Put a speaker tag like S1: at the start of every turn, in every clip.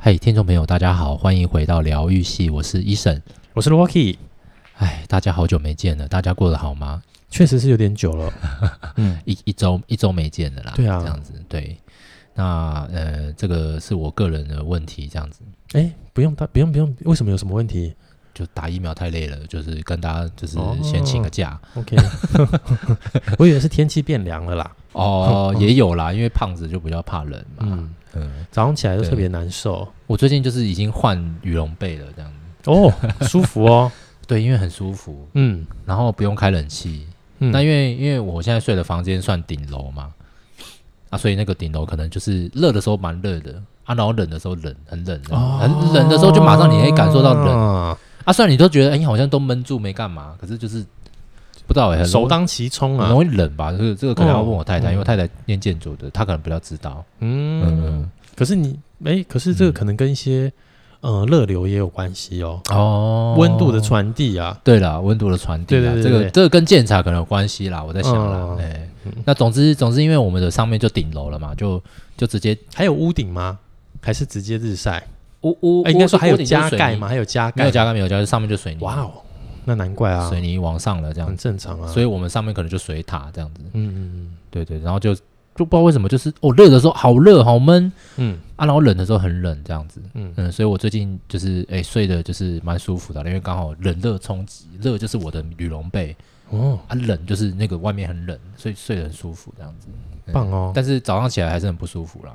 S1: 嗨，听众朋友，大家好，欢迎回到疗愈系，我是医生。
S2: 我是 Rocky，
S1: 哎，大家好久没见了，大家过得好吗？
S2: 确实是有点久 了。嗯，
S1: 一一周一周没见了啦，
S2: 对啊
S1: 这样子对。那呃，这个是我个人的问题，这样子
S2: 哎、不用大，不用不用，为什么有什么问题
S1: 就打疫苗太累了，就是跟大家就是
S2: 哦
S1: 先请个假
S2: ？OK，我以为是天气变凉了啦。
S1: 哦， 也有啦，因为胖子就比较怕冷嘛。嗯
S2: 嗯，早上起来就特别难受
S1: 我最近就是已经换羽绒被了，这样子
S2: 哦，舒服 哦。
S1: 对，因为很舒服，
S2: 嗯
S1: 然后不用开冷气。
S2: 嗯，
S1: 那因为因为我现在睡的房间算顶楼嘛，啊，所以那个顶楼可能就是热的时候蛮热的啊，然后冷的时候冷，很冷，
S2: 哦
S1: 很冷的时候就马上你可以感受到冷
S2: 冷，
S1: 啊。虽然你都觉得哎、你好像都闷住没干嘛，可是就是不知道哎、很
S2: 首
S1: 容
S2: 当其冲
S1: 很
S2: 啊。
S1: 容易冷吧？这个这个可能要问我太太，
S2: 嗯
S1: 因为我太太念建筑的，她可能比较知道。
S2: 嗯，
S1: 嗯，
S2: 可是你哎、可是这个
S1: 嗯
S2: 可能跟一些呃热流也有关系哦，
S1: 哦
S2: 温度的。传递啊。
S1: 对啦，温度的传递啦，
S2: 对对对
S1: 这个
S2: 对
S1: 这个跟建材可能有关系啦，我在想啦
S2: 嗯，
S1: 哎、
S2: 嗯
S1: 那总之总之，因为我们的上面就顶楼了嘛，就就直接
S2: 还有屋顶吗？还是直接日晒？
S1: 屋屋、
S2: 哎、应该说还有
S1: 屋顶就是
S2: 加
S1: 水泥
S2: 盖吗？还有加盖？
S1: 没有加盖，没有加盖，上面就水泥。
S2: 哇哦，那难怪啊，
S1: 水泥往上了这样
S2: 很
S1: 子，
S2: 正常啊。
S1: 所以我们上面可能就水塔这样子。
S2: 嗯
S1: 对对，然后就就不知道为什么，就是哦，热的时候好热好闷
S2: 嗯
S1: 啊，然后冷的时候很冷这样子。
S2: 嗯
S1: 嗯，所以我最近就是哎睡的就是蛮舒服的，因为刚好冷热冲击，热就是我的羽绒被
S2: 哦，
S1: 啊，冷就是那个外面很冷，所以睡得很舒服这样子。
S2: 棒哦。
S1: 但是早上起来还是很不舒服啦，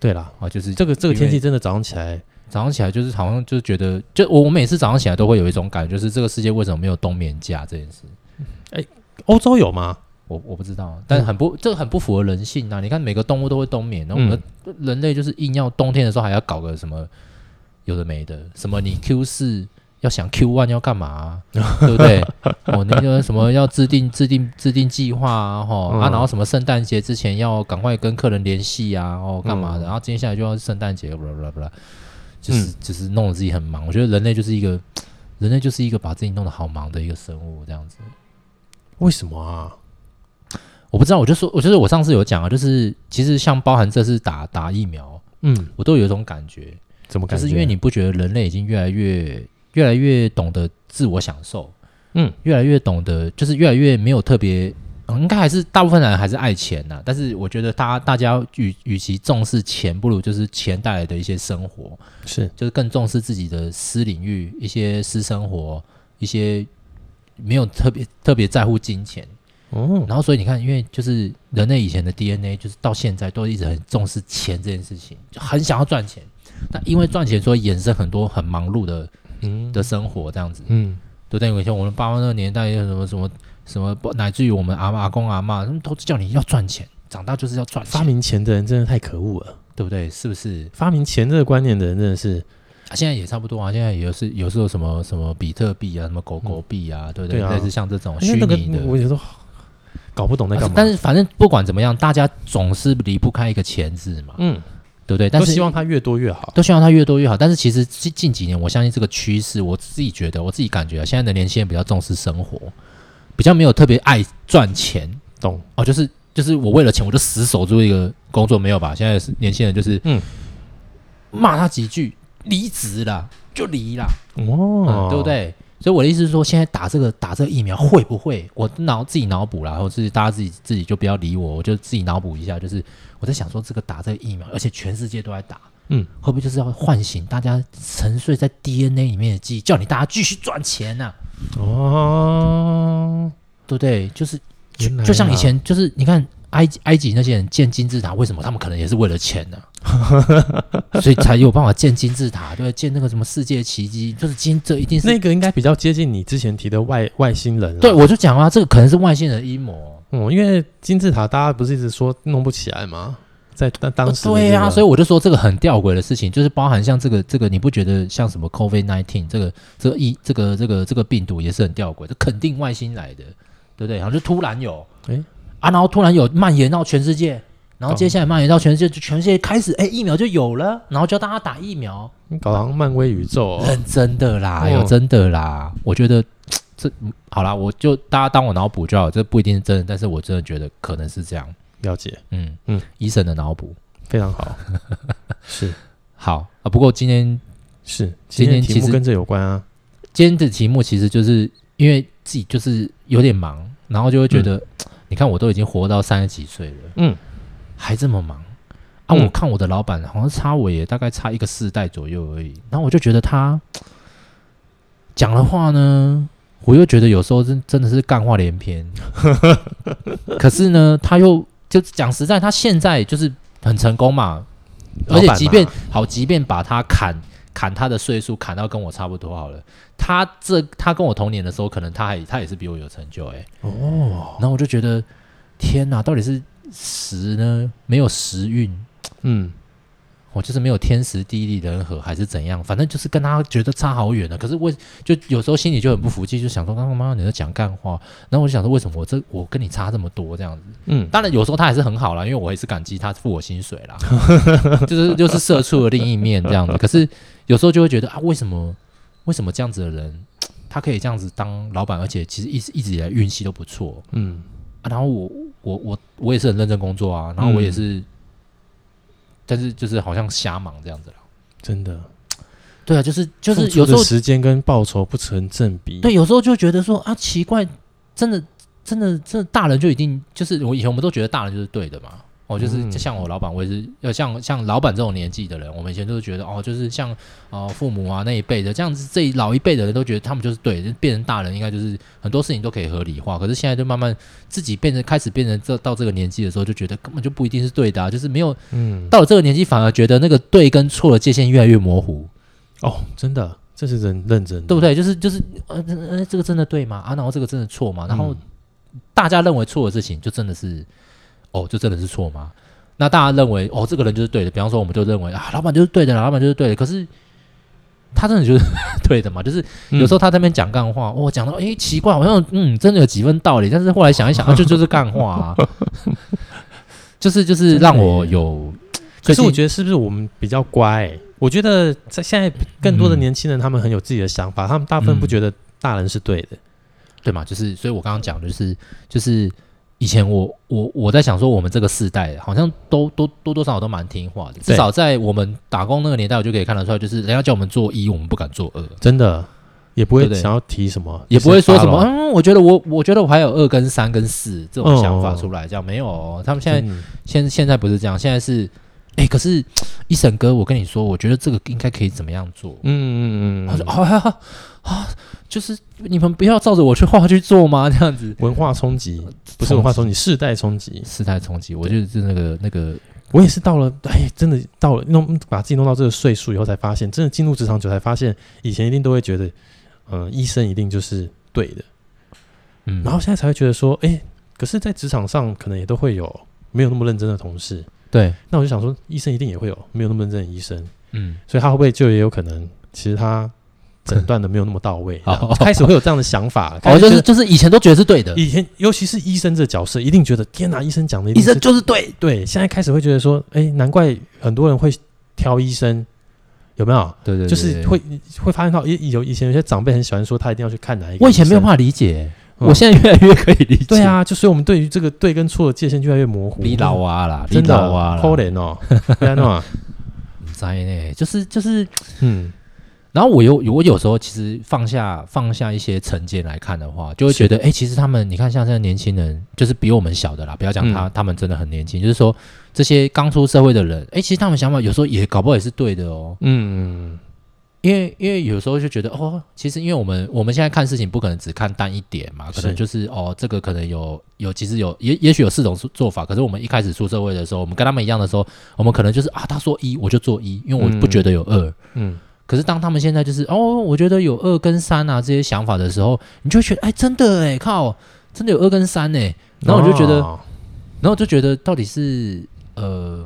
S2: 对啦，
S1: 啊，就是
S2: 这个这个天气真的早上起来，
S1: 早上起来就是好像就觉得，就我我每次早上起来都会有一种感觉，就是这个世界为什么没有冬眠假这件事。
S2: 欧洲有吗？
S1: 我我不知道，啊但很不、这个很不符合人性啊！你看每个动物都会冬眠，然后我们
S2: 嗯
S1: 人类就是硬要冬天的时候还要搞个什么有的没的，什么你 Q 四要想 Q one 要干嘛啊、对不 对？哦，那个什么要制定制定制定计划啊，吼、啊，
S2: 嗯
S1: 然后什么圣诞节之前要赶快跟客人联系啊，哦，干嘛的？
S2: 嗯
S1: 然后接下来就要圣诞节，不啦不啦不啦，就是、就是弄得自己很忙。我觉得人类就是一个人类就是一个把自己弄得好忙的一个生物，这样子。
S2: 为什么啊？
S1: 我不知道，我就说，我就是我上次有讲啊，就是其实像包含这次打打疫苗，
S2: 嗯，
S1: 我都有一种感觉，
S2: 怎么
S1: 就
S2: 感觉？
S1: 是因为你不觉得人类已经越来越越来越懂得自我享受，
S2: 嗯，
S1: 越来越懂得，就是越来越没有特别，嗯应该还是大部分人还是爱钱呐、但是我觉得大家大家与与其重视钱，不如就是钱带来的一些生活，
S2: 是
S1: 就是更重视自己的私领域、一些私生活、一些没有特别特别在乎金钱。
S2: 哦，
S1: 然后所以你看，因为就是人类以前的 DNA，就是到现在都一直很重视钱这件事情，就很想要赚钱。那因为赚钱，所以衍生很多很忙碌的
S2: 嗯
S1: 的生活，这样子。
S2: 嗯
S1: 对不对？以前我们爸妈那个年代，有什么什么什么，乃至于我们阿嬷阿公阿嬷，他们都叫你要赚钱，长大就是要赚
S2: 发
S1: 钱，
S2: 明钱的人真的太可恶了，
S1: 对不对？是不是？
S2: 发明钱这个观念的人真的是，
S1: 啊现在也差不多啊。现在也是有时候什么什么比特币啊，什么狗狗币啊，对不对？
S2: 对啊
S1: 类似像这种
S2: 因
S1: 虚
S2: 为那个
S1: 拟的，
S2: 我有时候搞不懂在干嘛。
S1: 但是反正不管怎么样，大家总是离不开一个钱字嘛，
S2: 嗯，
S1: 对不对？但
S2: 都
S1: 是
S2: 希望它越多越好。
S1: 都希望它越多越好。但是其实近近几年，我相信这个趋势，我自己觉得，我自己感觉啊，现在的年轻人比较重视生活，比较没有特别爱赚钱
S2: 懂？
S1: 哦，就是就是我为了钱，我就死守住一个工作，没有吧？现在是年轻人就是
S2: 嗯，
S1: 骂他几句，离职啦，就离啦，
S2: 哦
S1: 嗯，，对不？对？所以我的意思是说，现在打这个打这个疫苗会不会？我脑自己脑补啦，或者是大家自己自己就不要理我，我就自己脑补一下。就是我在想说，这个打这个疫苗，而且全世界都在打，
S2: 嗯，
S1: 会不会就是要唤醒大家沉睡在 DNA 里面的记忆，叫你大家继续赚钱呐、
S2: 嗯哦，
S1: 对不对？就是就
S2: 原来啊
S1: 就像以前，就是你看埃及埃及那些人建金字塔，为什么他们可能也是为了钱呢、 所以才有办法建金字塔，对不对，建那个什么世界奇迹，就是今这一定是
S2: 那个应该比较接近你之前提的外外星人了。
S1: 对，我就讲啊，这个可能是外星人的阴谋。啊
S2: 嗯，因为金字塔大家不是一直说弄不起来吗？在当当时、
S1: 对
S2: 呀、
S1: 啊，所以我就说这个很吊诡的事情，就是包含像这个这个，你不觉得像什么 COVID nineteen 这个这个疫这个这个这个病毒也是很吊诡，这肯定外星来的，对不对？然后就突然有，
S2: 诶
S1: 啊，然后突然有蔓延到全世界，然后接下来蔓延到全世界，就全世界开始哎疫苗就有了，然后叫大家打疫苗，
S2: 你搞得好像漫威宇宙、 哦，
S1: 认真的啦，
S2: 嗯
S1: 有真的啦，我觉得这好啦，我就大家当我脑补就好，这不一定是真的，但是我真的觉得可能是这样。
S2: 了解，
S1: 嗯嗯
S2: 嗯，
S1: 医生的脑补。
S2: 非常好，是，
S1: 好啊，不过今天
S2: 是，
S1: 今
S2: 今
S1: 天
S2: 天题
S1: 其
S2: 目
S1: 实
S2: 跟这有关啊。
S1: 今天的题目其实就是因为自己就是有点忙，然后就会觉得，你看我都已经活到三十几岁了，
S2: 嗯，
S1: 还这么忙啊！
S2: 嗯
S1: 我看我的老板好像差我也大概差一个世代左右而已，然后我就觉得他讲的话呢，我又觉得有时候真真的是干话连 篇，可是呢，他又就讲实在，他现在就是很成功嘛，而
S2: 老板
S1: 且
S2: 嘛
S1: 即便好，即便把他砍砍他的岁数砍到跟我差不多好了，他这他跟我同年的时候，可能他还他也是比我有成就哎、
S2: 哦，
S1: 然后我就觉得天哪，到底是时呢没有时运，
S2: 嗯，
S1: 我就是没有天时地利人和，还是怎样？反正就是跟他觉得差好远了。啊可是为就有时候心里就很不服气，就想说刚刚妈你在讲干话，然后我就想说为什么我这我跟你差这么多这样子？
S2: 嗯，
S1: 当然有时候他还是很好啦，因为我也是感激他付我薪水啦， 就是就是社畜的另一面这样 子。可是有时候就会觉得啊，为什么为什么这样子的人，他可以这样子当老板，而且其实一直一直以来运气都不错
S2: 嗯，
S1: 啊。然后我我我我也是很认真工作啊，然后我也是，但是就是好像瞎忙这样子啦。
S2: 真的，
S1: 对啊，就是就
S2: 付
S1: 是
S2: 出
S1: 有时候
S2: 的时间跟报酬不成正比。，
S1: 对，有时候就觉得说啊，奇怪，真的，真的，真的，大人就一定就是我以前我们都觉得大人就是对的嘛。哦，就是
S2: 嗯
S1: 就像我老板，我也是要像像老板这种年纪的人，我们以前都是觉得哦，就是像呃父母啊那一辈的这样子，这一老一辈的人都觉得他们就是对的，变成大人应该就是很多事情都可以合理化。可是现在就慢慢自己变成开始变成这到这个年纪的时候，就觉得根本就不一定是对的、啊，就是没有
S2: 嗯，
S1: 到了这个年纪，反而觉得那个对跟错的界限越来越模糊。
S2: 哦，真的，这是认认真的，
S1: 对不？对？就是就是呃呃呃，这个真的对吗？啊，然后这个真的错吗？然后
S2: 嗯
S1: 大家认为错的事情，就真的是哦，就真的是错吗？那大家认为哦，这个人就是对的，比方说我们就认为啊，老板就是对的啦，老板就是对的，可是。他真的就是 对的嘛？就是
S2: 嗯
S1: 有时候他在那边讲干话，哦，讲到诶奇怪，好像嗯真的有几分道理，但是后来想一 想，啊就就是干话、啊， 就是就是
S2: 真的
S1: 让我
S2: 耶
S1: 有。
S2: 可是我
S1: 得
S2: 觉得是不是我们比较乖、我觉得在现在更多的
S1: 嗯
S2: 年轻人，他们很有自己的想法，他们大部分不觉得大人是对的。
S1: 对嘛，就是所以我刚刚讲的就是就是以前我我我在想说，我们这个世代好像都都多多少少都蛮听话的，至
S2: 对
S1: 少在我们打工那个年代，我就可以看得出来，就是人家叫我们做一，我们不敢做二，
S2: 真的也不
S1: 对
S2: 会
S1: 不对
S2: 想要提什么，
S1: 也不会说什么
S2: 就是啊
S1: 嗯，我觉得我我觉得我还有二跟三跟四这种想法
S2: 哦
S1: 出来，这样没有哦，他们
S2: follow，
S1: 现在
S2: 嗯
S1: 现现在不是这样，现在是哎，可是一审哥，我跟你说，我觉得这个应该可以怎么样做，
S2: 嗯嗯
S1: 他
S2: 嗯
S1: 说
S2: 嗯，
S1: 啊啊啊，就是你们不要照着我去画去做吗？这样子。
S2: 文化冲击
S1: 呃
S2: 不是文化冲击，世代冲击。
S1: 世代冲击，我就是那个那个
S2: 我也是到了，哎，真的到了弄把自己弄到这个岁数以后，才发现，真的进入职场久，才发现以前一定都会觉得，呃，医生一定就是对的，
S1: 嗯，
S2: 然后现在才会觉得说，哎，可是，在职场上可能也都会有没有那么认真的同事，
S1: 对，
S2: 那我就想说，医生一定也会有没有那么认真的医生，
S1: 嗯，，
S2: 所以他会不会就也有可能，其实他诊断的没有那么到位
S1: 好
S2: 这 样开始会有这样的想法，开
S1: 哦，
S2: 始
S1: 就
S2: 觉
S1: 是
S2: 得
S1: 就是以前都觉得是对的，
S2: 以前尤其是医生这角色，一定觉得天哪，医生讲的一
S1: 医
S2: 定是
S1: 生就是对，
S2: 对，现在开始会觉得说，哎，难怪很多人会挑医生，有没有？
S1: 对对
S2: 就是会会发现到，以有以前有些长辈很喜欢说，他一定要去看哪一个。
S1: 我以前没有办，法理解，
S2: 嗯
S1: 我现在越来越可以理解。
S2: 对，啊，就所以我们对于这个对跟错的界限越来越模糊。
S1: 你老啊啦，你
S2: 真的
S1: 老啊啦，
S2: 可怜哦， 对啊，
S1: 在呢，就是就是，
S2: 嗯，
S1: 然后我有我有时候其实放下放下一些成见来看的话，就会觉得，哎，其实他们你看像现在年轻人，就是比我们小的啦，不要
S2: 嗯
S1: 讲他，他们真的很年轻，就是说这些刚出社会的人，哎，其实他们想法有时候也搞不好也是对的哦，
S2: 嗯，
S1: 因为因为有时候就觉得哦，其实因为我们我们现在看事情不可能只看单一点嘛，可能
S2: 是
S1: 就是哦，这个可能有有其实有也也许有四种做做法，可是我们一开始出社会的时候，我们跟他们一样的时候，我们可能就是啊，他说一我就做一，因为我不觉得有二。
S2: 嗯，
S1: 可是当他们现在就是哦，我觉得有二跟三啊这些想法的时候，你就会觉得哎，真的哎，靠，真的有二跟三哎，然后我就觉得，
S2: 哦
S1: 然后就觉得到底是呃，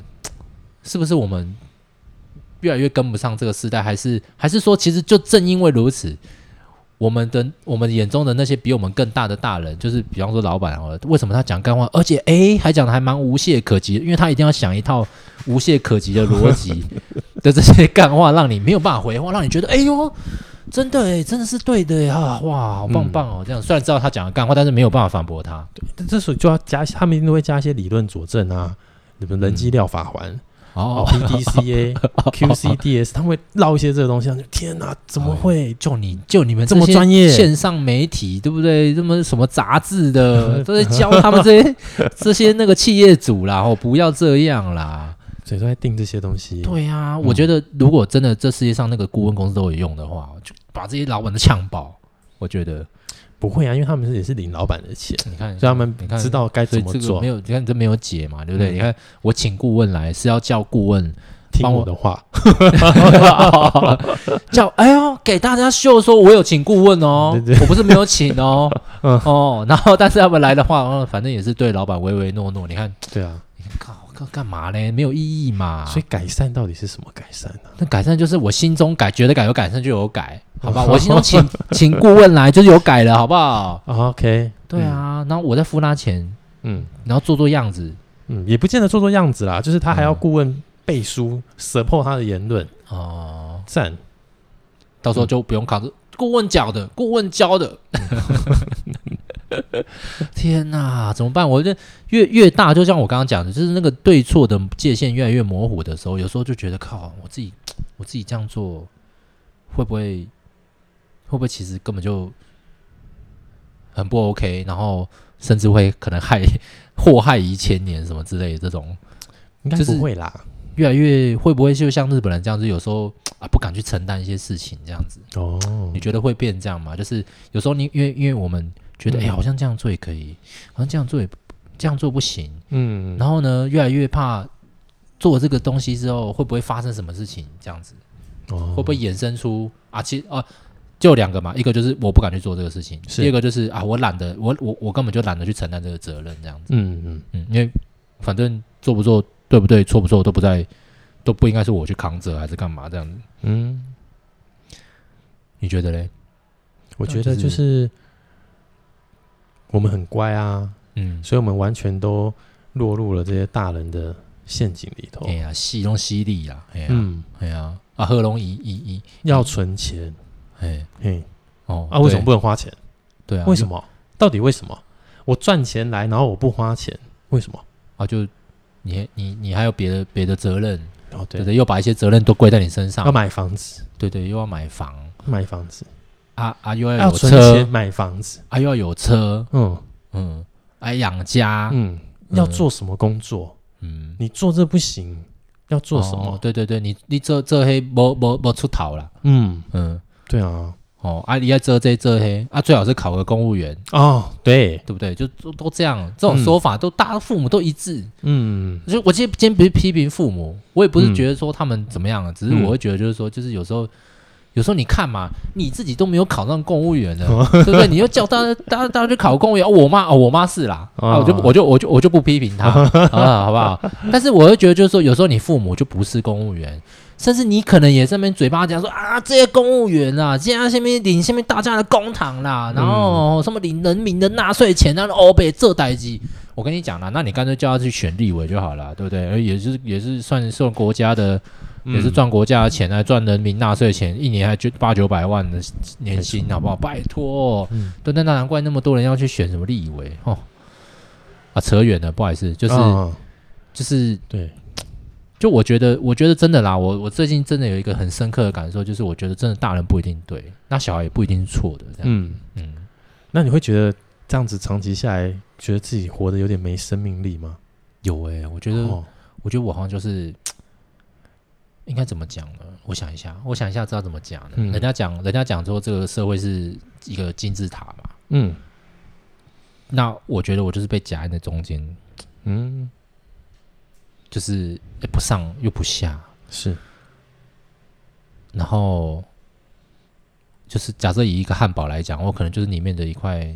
S1: 是不是我们越来越跟不上这个时代，还是还是说，其实就正因为如此，我们的我们眼中的那些比我们更大的大人，就是比方说老板好了，为什么他讲干话，而且诶还讲的还蛮无懈可击的，因为他一定要想一套无懈可击的逻辑的这些干话，让你没有办法回话，让你觉得哎呦。真的哎，真的是对的哎啊！哇，好棒棒哦！这样虽然知道他讲的干话，但是没有办法反驳他。嗯
S2: 但这时候就要加，他们一定会加一些理论佐证啊，什么人机料法环，
S1: 哦，
S2: 哦，PDCA、QCDS，他们会唠一些这个东西，然后就天哪，怎么会？
S1: 就你就你们
S2: 这么
S1: 些
S2: 专业
S1: 线上媒体对不对？这么什么杂志 的都在教他们这些这些那个企业主啦，哦，不要这样啦。
S2: 所以都在定这些东西。
S1: 对呀、我
S2: 嗯
S1: 觉得如果真的这世界上那个顾问公司都有用的话，就把这些老板都呛爆。我觉得
S2: 不会啊，因为他们是也是领老板的钱，
S1: 你看
S2: 所以，他们
S1: 你看
S2: 知道该
S1: 所
S2: 怎
S1: 以
S2: 么
S1: 这个
S2: 做
S1: 没。有，你看这没有解嘛，对不对？
S2: 嗯
S1: 你看我请顾问来是要叫顾问
S2: 听
S1: 帮我
S2: 我的话，
S1: 叫，哎呦，给大家秀说我有请顾问哦，
S2: 对
S1: 我不是没有请哦，
S2: 嗯
S1: 哦，然后但是他们来的话，嗯反正也是对老板唯唯诺诺。你看，
S2: 对啊，
S1: 靠，干干嘛呢？没有意义嘛。
S2: 所以改善到底是什么改善啊呢？
S1: 那改善就是我心中改，觉得改有改善就有改，好吧？我心中 请请顾问来就是有改了，好不好？
S2: 啊 OK，
S1: 对啊，然后我再付他钱，
S2: 嗯，
S1: 然后做做样子
S2: 嗯嗯，也不见得做做样子啦，就是他还要
S1: 嗯
S2: 顾问背书 support 他的言论，
S1: 哦，
S2: 赞。
S1: 到时候就不用考虑顾问讲的，顾问教的。 天哪，怎么办？我就越越大，就像我刚刚讲的，就是那个对错的界限越来越模糊的时候，有时候就觉得靠，我自己我自己这样做会不会会不会其实根本就很不 OK，然后甚至会可能害祸害一千年什么之类的这种。
S2: 应该
S1: 就是
S2: 不会啦。
S1: 越来越会不会就像日本人这样子，有时候啊不敢去承担一些事情这样子？
S2: 哦
S1: 你，觉得会变这样吗？就是有时候你因为因为我们觉得哎、
S2: 嗯
S1: 诶好像这样做也可以，好像这样做也不这样做不行，
S2: 嗯，
S1: 然后呢，越来越怕做这个东西之后会不会发生什么事情？这样子
S2: 哦
S1: 会不会衍生出啊？其实啊，就有两个嘛，一个就是我不敢去做这个事情，
S2: 是
S1: 第二个就是啊，我懒得，我我我根本就懒得去承担这个责任，这样子，
S2: 嗯嗯，
S1: 嗯，因为反正做不做，对不对，错不错都不在，都不应该是我去扛责还是干嘛这样子？
S2: 嗯，
S1: 你觉得嘞？
S2: 我
S1: 那
S2: 觉
S1: 就
S2: 得就是是我们很乖啊，
S1: 嗯，
S2: 所以我们完全都落入了这些大人的陷阱里头
S1: 哎。呀，戏弄犀利啦，哎呀，
S2: 嗯，
S1: 哎呀，啊，贺龙一一一，
S2: 要存钱，
S1: 哎，
S2: 嘿，
S1: 哦
S2: 啊，为什
S1: 对
S2: 么不能花钱？
S1: 对啊？
S2: 为什么？到底为什么？我赚钱来，然后我不花钱，为什么？
S1: 啊？就你你你还有别的别的责任，
S2: 哦，
S1: 对
S2: 对
S1: 不，
S2: 啊
S1: 对？又把一些责任都归在你身上
S2: 要，买房子，
S1: 对对，又要买房
S2: 买房子，
S1: 啊啊，又
S2: 要
S1: 有
S2: 存钱
S1: 车
S2: 买房子，
S1: 啊，又要有车，
S2: 嗯
S1: 嗯，啊，养家，
S2: 嗯，
S1: 嗯
S2: 要做什么工作？
S1: 嗯，
S2: 你做这不行，要做什
S1: 哦
S2: 么？
S1: 对对对，你你这这黑没没没出头啦，
S2: 嗯，
S1: 嗯，
S2: 对啊，
S1: 哦，啊，你要遮这遮黑啊，最好是考个公务员，
S2: 哦，对，
S1: 对不对？就都都这样，这种
S2: 嗯
S1: 说法都大家父母都一致，
S2: 嗯，
S1: 就我今天今天不是批评父母，我也不是
S2: 嗯
S1: 觉得说他们怎么样，啊只是我会觉得就是说，就是有时候，有时候你看嘛，你自己都没有考上公务员的，对不对？你又叫大家大家大家去考公务员，哦、我妈哦我妈是啦，啊、
S2: 啊
S1: 我就我就我就我就不批评她啊，好不好？但是我会觉得就是说，有时候你父母就不是公务员。甚至你可能也上面嘴巴讲说啊，这些公务员啊，这样下面领下面大家的公堂啦，然后什么领人民的纳税钱，然后欧北这代机，我跟你讲啦，那你干脆叫他去选立委就好了，对不对？而也是也是算算国家的，
S2: 嗯
S1: 也是赚国家的钱来赚人民纳税钱，一年还就八九百万的年薪，好不好？拜托，
S2: 嗯
S1: 对，那那难怪那么多人要去选什么立委哦。啊，扯远了，不好意思，就是、
S2: 啊
S1: 就是，
S2: 对，
S1: 就我觉得，我觉得真的啦，我我最近真的有一个很深刻的感受，就是我觉得真的大人不一定对，那小孩也不一定是错的，这样，
S2: 嗯，
S1: 嗯
S2: 那你会觉得这样子长期下来，觉得自己活得有点没生命力吗？
S1: 有诶、我觉得、
S2: 哦，
S1: 我觉得我好像就是，应该怎么讲呢？我想一下，我想一下，知道怎么讲呢？
S2: 嗯
S1: 人家讲，人家讲说这个社会是一个金字塔嘛，
S2: 嗯
S1: 那我觉得我就是被夹在中间，
S2: 嗯，
S1: 就是诶不上又不下，
S2: 是，
S1: 然后就是假设以一个汉堡来讲，我可能就是里面的一块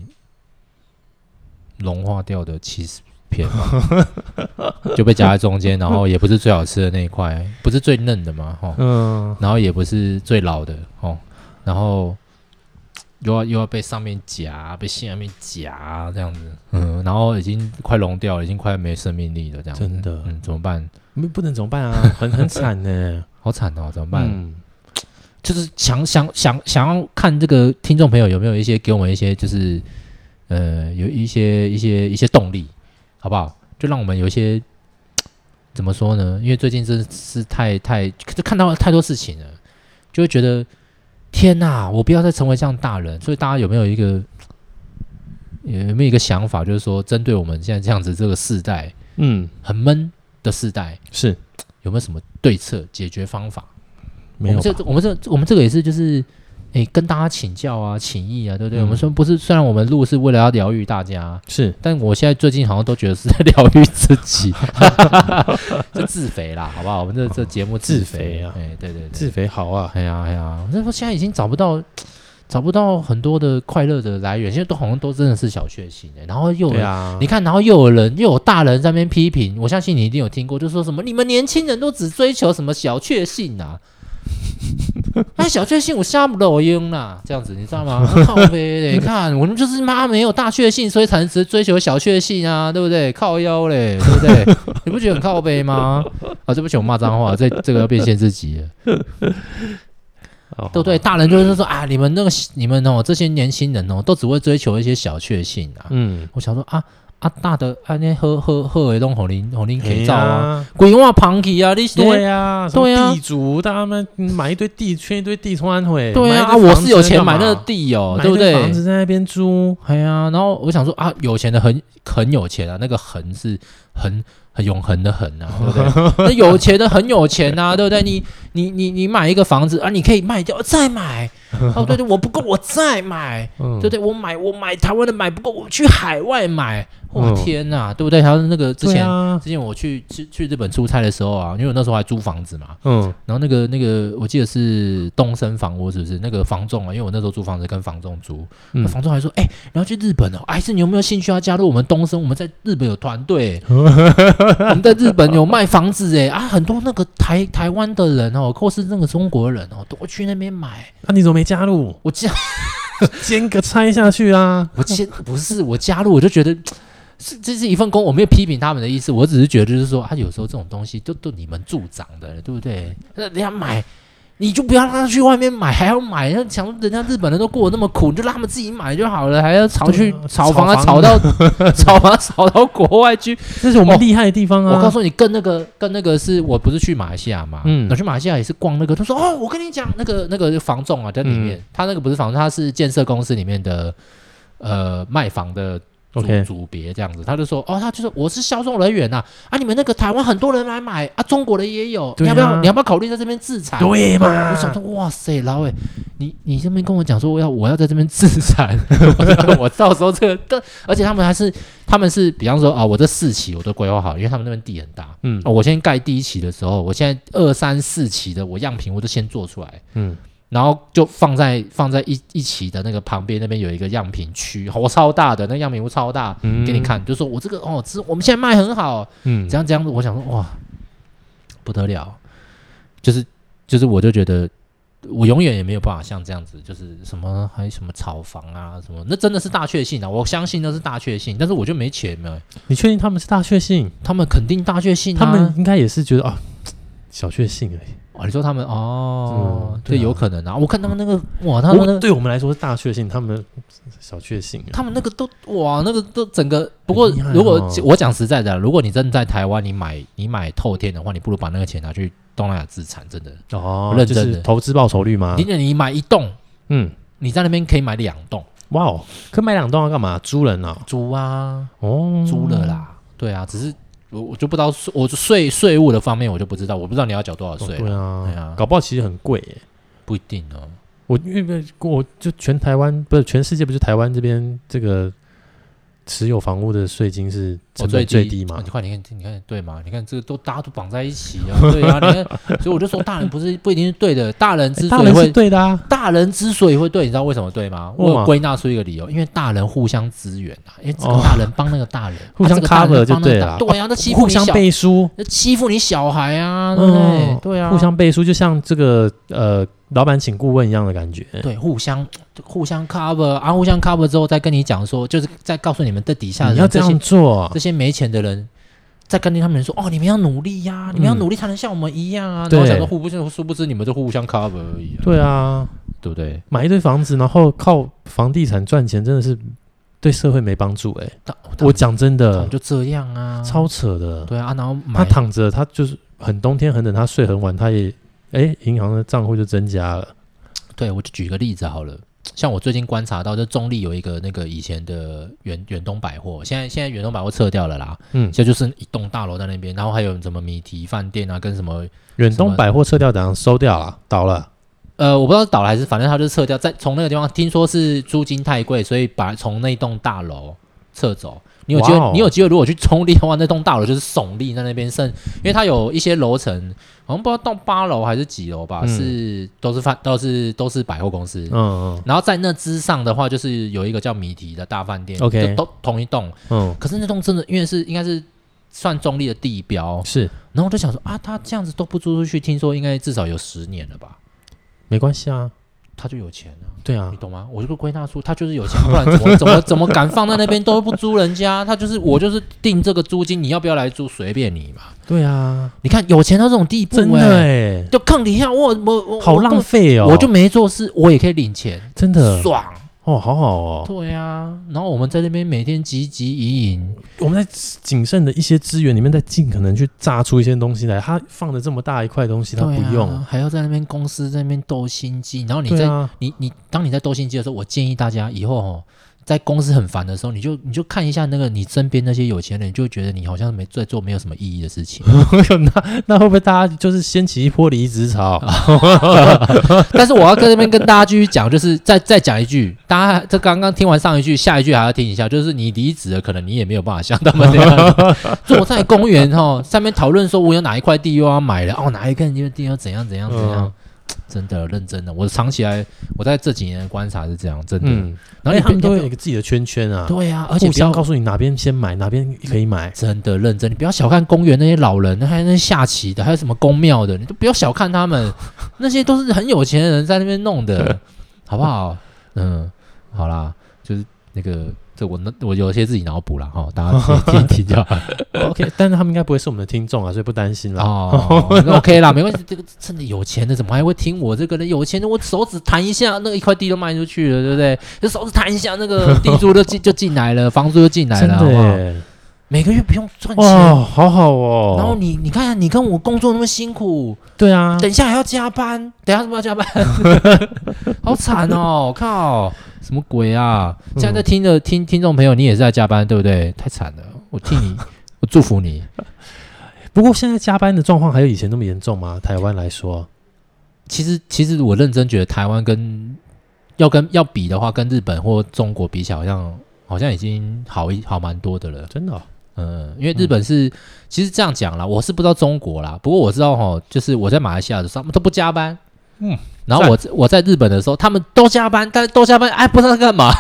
S1: 融化掉的 cheese 片吧就被夹在中间，然后也不是最好吃的那一块，不是最嫩的嘛，哈、
S2: 嗯
S1: 然后也不是最老的哦，然后又要又要被上面夹，被下面夹这样子，嗯，然后已经快融掉了，已经快没生命力了，这样子
S2: 真的
S1: 嗯，怎么办？
S2: 没不能怎么办啊？很很惨呢，
S1: 好惨哦， 怎么办？
S2: 嗯，
S1: 就是想想想想要看这个听众朋友有没有一些给我们一些就是呃有一些一些一些动力，好不好？就让我们有一些怎么说呢？因为最近真是太太就看到了太多事情了，就会觉得天哪、我不要再成为这样的大人。所以大家有没有一个有没有一个想法，就是说针对我们现在这样子这个世代
S2: 嗯，
S1: 很闷的世代，
S2: 是
S1: 有没有什么对策解决方法？
S2: 没有
S1: 我们
S2: 吧？
S1: 这我们这我们这个也是就是，诶，跟大家请教啊，请益啊，对不对？
S2: 嗯
S1: 我们说不是，虽然我们录是为了要疗愈大家，
S2: 是
S1: 但我现在最近好像都觉得是在疗愈自 己，就自肥啦，好不好？我们这这节目
S2: 哦自
S1: 肥
S2: 肥啊
S1: 哎，对对对，
S2: 自肥好啊，
S1: 哎呀哎呀，我那时候现在已经找不到。找不到很多的快乐的来源，现在都好像都真的是小确幸、哎然后又有
S2: 对啊，
S1: 你看，然后又有人又有大人在那边批评，我相信你一定有听过，就说什么你们年轻人都只追求什么小确幸啊，哎，小确幸我瞎不漏音啦，这样子你知道吗？靠呗，你看我们就是妈没有大确幸，所以才能只追求小确幸啊，对不对？靠腰嘞，对不对？你不觉得很靠背吗？啊，对不起，我骂脏话，这这个要变限制级了。
S2: 哦
S1: 对不对？？大人就是说啊，你们那个你们哦，这些年轻人哦，都只会追求一些小确幸啊。
S2: 嗯，
S1: 我想说啊啊，大的啊，那喝喝喝的拢好恁好恁给
S2: 肥
S1: 造啊，
S2: 啊，
S1: 鬼话旁去啊，你
S2: 对啊，什么
S1: 对啊
S2: 地主大家们买一堆地，圈一堆地通安回，
S1: 对
S2: 买一
S1: 啊
S2: 堆
S1: 啊，我
S2: 房
S1: 是
S2: 子
S1: 有钱
S2: 干嘛
S1: 买那个地哦，
S2: 买
S1: 对
S2: 一
S1: 不
S2: 堆
S1: 对？
S2: 房子在那边租，
S1: 哎呀，然后我想说啊，有钱的很很有钱啊，那个恒是很很永恒的恒 啊，对不对？那有钱的很有钱啊，对不对？你你你你买一个房子啊，你可以卖掉再 买，哦对对，我不够我再买，
S2: 嗯
S1: 对不对？我买我买台湾的买不够，我去海外买。哇
S2: 嗯
S1: 天呐，对不对？还有那个之
S2: 对
S1: 前、
S2: 啊，
S1: 之前我去去去日本出差的时候啊，因为我那时候还租房子嘛，
S2: 嗯，
S1: 然后那个那个我记得是东升房屋是不是？那个房仲啊，因为我那时候租房子跟房仲租，
S2: 嗯
S1: 那房仲还说，哎、你要去日本哦，哎，是你有没有兴趣要加入我们东升？我们在日本有团队，我们在日本有卖房子哎啊，很多那个台台湾的人哦，或是那个中国人哦，都去那边买。
S2: 那啊你怎么没加入？
S1: 我记
S2: 间隔拆下去啊，
S1: 我先 不是我加入，我就觉得是这是一份工，我没有批评他们的意思，我只是觉得就是说，啊，有时候这种东西就都你们助长的，对不对？那人家买。你就不要让他去外面买，还要买，那想人家日本人都过得那么苦，你就让他们自己买就好了，还要炒去
S2: 对啊
S1: 炒房啊，炒
S2: 炒房
S1: 到 炒房啊炒到国外去。
S2: 这是我们
S1: 哦
S2: 厉害的地方啊！
S1: 我告诉你，更那个更那个是我不是去马来西亚嘛，
S2: 嗯
S1: 我去马来西亚也是逛那个，他说哦，我跟你讲，那个那个房仲啊在里面，
S2: 嗯
S1: 他那个不是房仲，他是建设公司里面的呃卖房的组
S2: OK
S1: 组别这样子，他就说哦，他就说我是销售人员呐、啊，你们那个台湾很多人来买啊，中国人也有，你
S2: 对
S1: 要
S2: 啊
S1: 不要你要不要考虑在这边自啊产？
S2: 对嘛？
S1: 我想说，哇塞，老伟，你你这边跟我讲说我要我要在这边自残， 我说我到时候这个， 但而且他们还是他们是，比方说啊，我这四期我都规划好，因为他们那边地很大，
S2: 嗯
S1: 哦，我先盖第一期的时候，我现在二三四期的我样品我都先做出来，
S2: 嗯，
S1: 然后就放在放在一一期的那个旁边那边有一个样品区，我超大的那个样品屋超大，
S2: 嗯
S1: 给你，看，就说我这个哦，这我们现在卖很好，
S2: 嗯，
S1: 这样这样，我想说哇，不得了，就是就是，我就觉得我永远也没有办法像这样子，就是什么还有什么炒房啊什么，那真的是大确幸啊！我相信那是大确幸，但是我就没钱嘛，
S2: 你确定他们是大确幸？
S1: 他们肯定大确幸、啊，
S2: 他们应该也是觉得啊，小确幸哎。
S1: 哦你说他们哦
S2: 嗯，
S1: 这、
S2: 对啊
S1: 有可能啊！我看他们那个哇，他
S2: 我
S1: 们那个
S2: 哦对我们来说是大确幸，他们小确幸啊。
S1: 他们那个都哇，那个都整个。不过
S2: 很厉害，
S1: 如果
S2: 哦
S1: 我讲实在的，如果你真的在台湾，你买你买透天的话，你不如把那个钱拿去东南亚资产，真的。
S2: 哦，
S1: 认
S2: 就
S1: 真
S2: 是
S1: 的
S2: 投资报酬率吗
S1: 你？你买一栋，
S2: 嗯，
S1: 你在那边可以买两栋，
S2: 哇哦，可买两栋要干嘛？租人啊？
S1: 租啊，
S2: 哦，
S1: 租了啦，对啊，只是我我就不知道税，我就税税务的方面我就不知道，我不知道你要缴多少
S2: 哦。
S1: 税
S2: 对
S1: 啦、
S2: 啊，
S1: 对啊
S2: 搞不好其实很贵耶。
S1: 不一定哦。
S2: 我因为我就全台湾不是全世界，不是台湾这边这个持有房屋的税金是成本最低嘛
S1: 啊你？看，你看，你看，对嘛？你看这个都大家都绑在一起啊， 对啊，你看，所以我就说大人不是不一定是对的，大人之
S2: 大
S1: 所以
S2: 人是
S1: 会。
S2: 对的啊。
S1: 大人之所以会对，你知道为什么对吗？
S2: 为什
S1: 我
S2: 么
S1: 有归纳出一个理由，因为大人互相支援啊，因为这个
S2: 哦
S1: 大人帮那个大 人，
S2: 互
S1: 啊
S2: 相
S1: 这个大人
S2: cover
S1: 帮
S2: 就
S1: 那个
S2: 对
S1: 大
S2: 了
S1: 对啊，那欺负
S2: 互
S1: 你
S2: 相
S1: 小
S2: 背书，
S1: 那欺负你小孩啊，对不对
S2: 嗯？
S1: 对啊，
S2: 互相背书，就像这个呃，老板请顾问一样的感觉。
S1: 对，互相互相 cover 啊，互相 cover 之后再跟你讲说，就是再告诉你们这底下的
S2: 嗯你
S1: 人
S2: 要这样啊
S1: 些
S2: 做
S1: 这，些没钱的人，再跟他们说哦，你们要努力呀、你们要
S2: 嗯
S1: 努力才能像我们一样啊。然后
S2: 对
S1: 想说互不殊不知你们就互相 cover 而已、啊，
S2: 对啊，
S1: 对不对？
S2: 买一堆房子，然后靠房地产赚钱，真的是对社会没帮助、欸。哎，
S1: 他
S2: 我讲真的，
S1: 就这样啊，
S2: 超扯的。
S1: 对啊，啊然后买
S2: 他躺着，他就是很冬天很冷，他睡很晚，他也哎、银行的账户就增加了。
S1: 对，我就举个例子好了，像我最近观察到，就中立有一个那个以前的远远东百货，现在现在远东百货撤掉了啦，
S2: 嗯，
S1: 现在就是一栋大楼在那边，然后还有什么米提饭店啊，跟什么
S2: 远东百货撤掉，怎样收掉了？倒了。
S1: 呃，我不知道是倒了还是，反正他就是撤掉，在从那个地方听说是租金太贵，所以把从那栋大楼撤走。你有机会
S2: 哇哦
S1: 你有机会，如果去中立的话，那栋大楼就是耸立在那边剩，因为它有一些楼层，好像不知道到八楼还是几楼吧，
S2: 嗯
S1: 是都是饭都是都是百货公司，
S2: 嗯
S1: 然后在那之上的话，就是有一个叫米提的大饭店
S2: OK
S1: 就都同一栋。
S2: 嗯嗯，
S1: 可是那栋真的，因为是应该是算中立的地标，
S2: 是
S1: 然后我就想说啊，他这样子都不租出去，听说应该至少有十年了吧？
S2: 没关系啊，
S1: 他就有钱啊，
S2: 对啊
S1: 你，懂吗？我就归纳出他就是有钱，不然怎么怎么 怎么敢放在那边都不租人家？他就是我就是定这个租金，你要不要来租随便你嘛。
S2: 对啊，
S1: 你看有钱到这种地步、欸，
S2: 真的哎、
S1: 就坑底下我我我
S2: 好浪、费
S1: 我
S2: 哦，
S1: 我就没做事，我也可以领钱，
S2: 真的
S1: 爽。
S2: 哦，好好哦，
S1: 对啊，然后我们在那边每天汲汲营营，
S2: 我们在谨慎的一些资源里面，再尽可能去榨出一些东西来。他放的这么大一块东西，他
S1: 对
S2: 不用，
S1: 啊，还要在那边公司在那边斗心机，然后你
S2: 对
S1: 在、
S2: 啊，
S1: 你你当你在斗心机的时候，我建议大家以后哦，在公司很烦的时候，你就你就看一下那个你身边那些有钱人，你就会觉得你好像没在做没有什么意义的事情。
S2: 那那会不会大家就是掀起一波离职潮？
S1: 但是我要在这边跟大家继续讲，就是再再讲一句，大家这刚刚听完上一句，下一句还要听一下，就是你离职了，可能你也没有办法像他们那 样坐在公园哈、哦，上面讨论说我有哪一块地又要买了，哦，哪一块地又怎样怎样怎样。
S2: 嗯
S1: 真的认真的，我藏起来，我在这几年的观察是这样，真的。
S2: 嗯，
S1: 然后
S2: 他们都会
S1: 会
S2: 有一个自己的圈圈啊，
S1: 对啊，而
S2: 而
S1: 且
S2: 且
S1: 不
S2: 不要
S1: 要
S2: 告诉你哪边先买，哪边可 以买。
S1: 真的认真，你不要小看公园那些老人，还有那些下棋的，还有什么宫庙的，你都不要小看他 们，那些都是很有钱的人在那边弄的，好不好？嗯，好啦，就是那个这我那我有些自己脑补啦，哈，大家自己听一听就 好。
S2: OK，但是他们应该不会是我们的听众啊，所以不担心啦。
S1: 哦那，OK 啦，没关系，这个真的有钱的怎么还会听我这个呢？有钱的我手指弹一下，那一块地就卖出去了，对不对？就手指弹一下，那个地租就进就进来了，房租就进来
S2: 真
S1: 了，好
S2: 的
S1: 不好？
S2: 耶，
S1: 每个月不用赚钱。
S2: 哇，好好
S1: 然后
S2: 哦。
S1: 你你看，你跟我工作那么辛苦，
S2: 对啊，
S1: 等一下还要加班，等一下是不是要加班？好惨哦！靠，什么鬼啊！现在在听的听听众朋友，你也是在加班，对不对？太惨了，我替你，我祝福你。
S2: 不过现在加班的状况还有以前那么严重吗？台湾来说，
S1: 其实，其实我认真觉得台湾跟要跟要比的话，跟日本或中国比起来，好像好像已经好一好蛮多的了。
S2: 真的哦、
S1: 嗯，因为日本是、其实这样讲啦，我是不知道中国啦，不过我知道哈，就是我在马来西亚的时候，他们都不加班。
S2: 嗯，
S1: 然后我我在日本的时候，他们都加班，但都加班，哎，不知道在干嘛。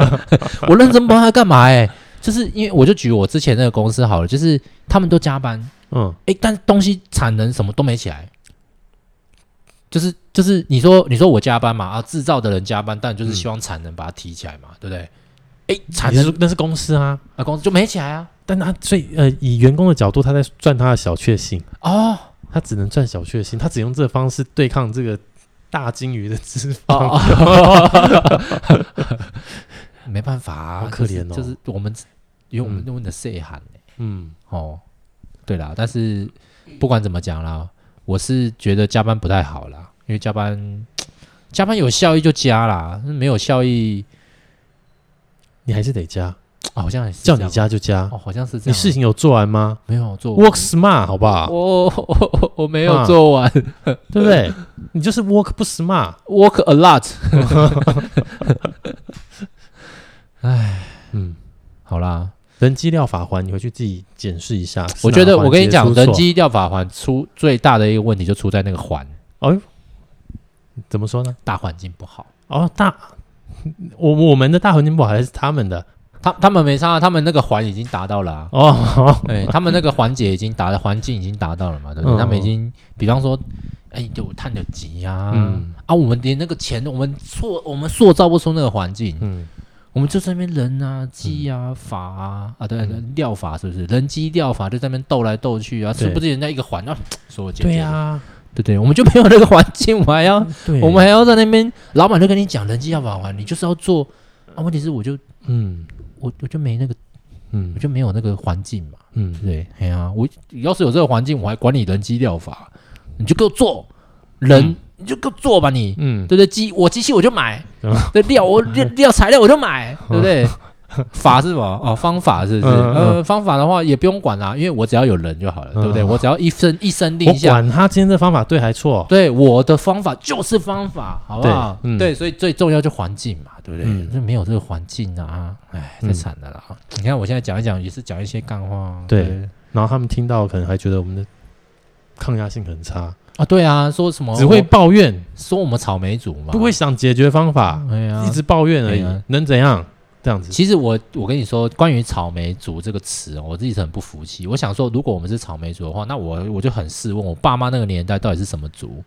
S1: 我认真不知道在干嘛、哎，就是因为我就举我之前那个公司好了，就是他们都加班，
S2: 嗯，
S1: 哎，但是东西产能什么都没起来，就是就是你说你说我加班嘛啊，制造的人加班，但就是希望产能把它提起来嘛，对不对？哎，产
S2: 嗯你是
S1: 能
S2: 说那是公司啊，
S1: 啊，公司就没起来啊。
S2: 但他所以呃，以员工的角度，他在赚他的小确幸，
S1: 哦
S2: 他只能赚小确幸，他只用这个方式对抗这个大金鱼的脂肪。
S1: 哦哦， 没办法、啊，
S2: 好可怜哦
S1: 就是就是我们因为我们用的岁寒欸
S2: 嗯，
S1: 哦，对啦，但是不管怎么讲啦，我是觉得加班不太好啦，因为加班加班有效益就加啦，没有效益、
S2: 你还是得加，
S1: 啊好像也是
S2: 叫
S1: 这
S2: 你
S1: 样
S2: 加就加。
S1: 哦，好像是这样，
S2: 你事情有做完吗
S1: 没有做
S2: ？Work smart，好不好？
S1: 我我我我没有做完、
S2: 对不对？你就是 work 不 smart。
S1: w o r k a lot，
S2: 嗯，
S1: 好啦，
S2: 人机料法环，你回去自己检视一下。
S1: 我觉得我跟你
S2: 是哪
S1: 讲，
S2: 个环
S1: 人
S2: 节出错
S1: 机掉法环出最大的一个问题就出在那个环
S2: 怎么说呢？
S1: 大环境不好。
S2: 哦，大我我们的大环境不好，还是他们的，
S1: 他他们没差，他们那个环已经达到了、啊
S2: 哦。好
S1: 对他们那个环节已经达到，环境已经达到了嘛，对不对？
S2: 嗯
S1: 他们已经，比方说，哎，有碳的急啊，
S2: 嗯
S1: 啊，我们连那个钱，我们塑我们塑造不出那个环境，
S2: 嗯，
S1: 我们就在那边人啊、鸡啊、法啊，啊，对，
S2: 嗯
S1: 料法是不是？人机料法就在那边斗来斗去啊，
S2: 对
S1: 殊不知人家一个环啊，所有解决
S2: 对呀，
S1: 对对，我们就没有那个环境，我们还要
S2: 对，
S1: 我们还要在那边，老板就跟你讲人机要法环，你就是要做啊，问题是我就
S2: 嗯
S1: 我我就没那个，
S2: 嗯
S1: 我就没有那个环境嘛。
S2: 嗯，
S1: 对，哎呀、我要是有这个环境，我还管你人机疗法？你就给我做人，
S2: 嗯
S1: 你就给我做吧你，
S2: 嗯，
S1: 对不对？机我机器我就买
S2: 嗯，
S1: 对料我料料材料我就买，对不对？ 法是什么？哦，方法是不是？
S2: 嗯嗯
S1: 呃，方法的话也不用管啦，因为我只要有人就好了，
S2: 嗯
S1: 对不对？我只要一声一声令
S2: 我
S1: 下，
S2: 管他今天这方法对还错，
S1: 对我的方法就是方法，好不好？
S2: 对嗯
S1: 对，所以最重要就环境嘛，对不对？
S2: 嗯
S1: 就没有这个环境啊，哎，太
S2: 嗯
S1: 惨了啦！你看我现在讲一讲，也是讲一些干话，啊
S2: 对然后他们听到可能还觉得我们的抗压性很差，
S1: 啊，对啊，说什么
S2: 只会
S1: 我
S2: 抱怨，
S1: 说我们草莓族嘛，
S2: 不会想解决方法，
S1: 哎呀
S2: 一直抱怨而已
S1: 对啊，
S2: 能怎样？这样子，
S1: 其实我我跟你说，关于草莓族这个词哦，我自己是很不服气。我想说，如果我们是草莓族的话，那我我就很试问，我爸妈那个年代到底是什么族？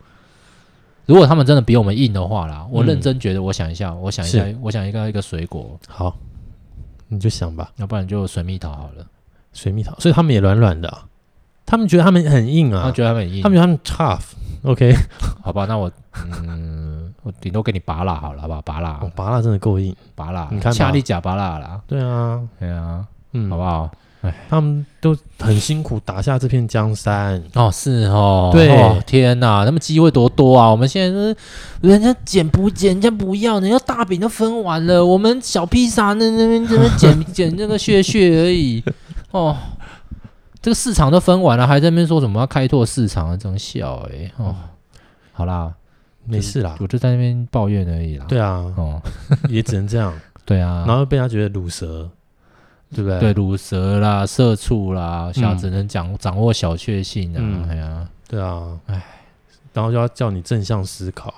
S1: 如果他们真的比我们硬的话啦，我
S2: 嗯
S1: 认真觉得，我想一下，我想一下
S2: 是，
S1: 我想一个一个水果，
S2: 好，你就想吧，
S1: 要不然就水蜜桃好了。
S2: 水蜜桃，所以他们也软软的啊，他们觉得他们很硬
S1: 他
S2: 啊
S1: 们，觉得他们很硬，
S2: 他们觉得他们 tough，OK，
S1: 好吧？那我 嗯，我顶多给你拔蜡好了，好吧？拔蜡
S2: 哦，，拔蜡真的够硬，
S1: 拔蜡，
S2: 你看吧
S1: 恰力甲拔蜡啦，
S2: 对啊，
S1: 对啊，
S2: 嗯，
S1: 好不好？
S2: 他们都很辛苦打下这片江山，
S1: 哦，是哦，
S2: 对
S1: 哦天哪，他们机会多多啊！我们现在就是人家捡不捡，人家不要，人家大饼都分完了，我们小披萨那那边这边捡捡那个屑屑而已。 哦，这个市场都分完了，还在那边说什么要开拓市场，真笑哎、
S2: 嗯
S1: 哦，好啦，
S2: 没事啦，
S1: 我就在那边抱怨而已啦。，
S2: 对啊，
S1: 哦，
S2: 也只能这样，
S1: 对啊，
S2: 然后被他觉得卤蛇，对不对？
S1: 对乳蛇啦、社畜啦，想
S2: 嗯
S1: 只能掌掌握小确幸啊
S2: 嗯，
S1: 哎呀。
S2: 对啊，
S1: 唉
S2: 哎，然后就要叫你正向思考，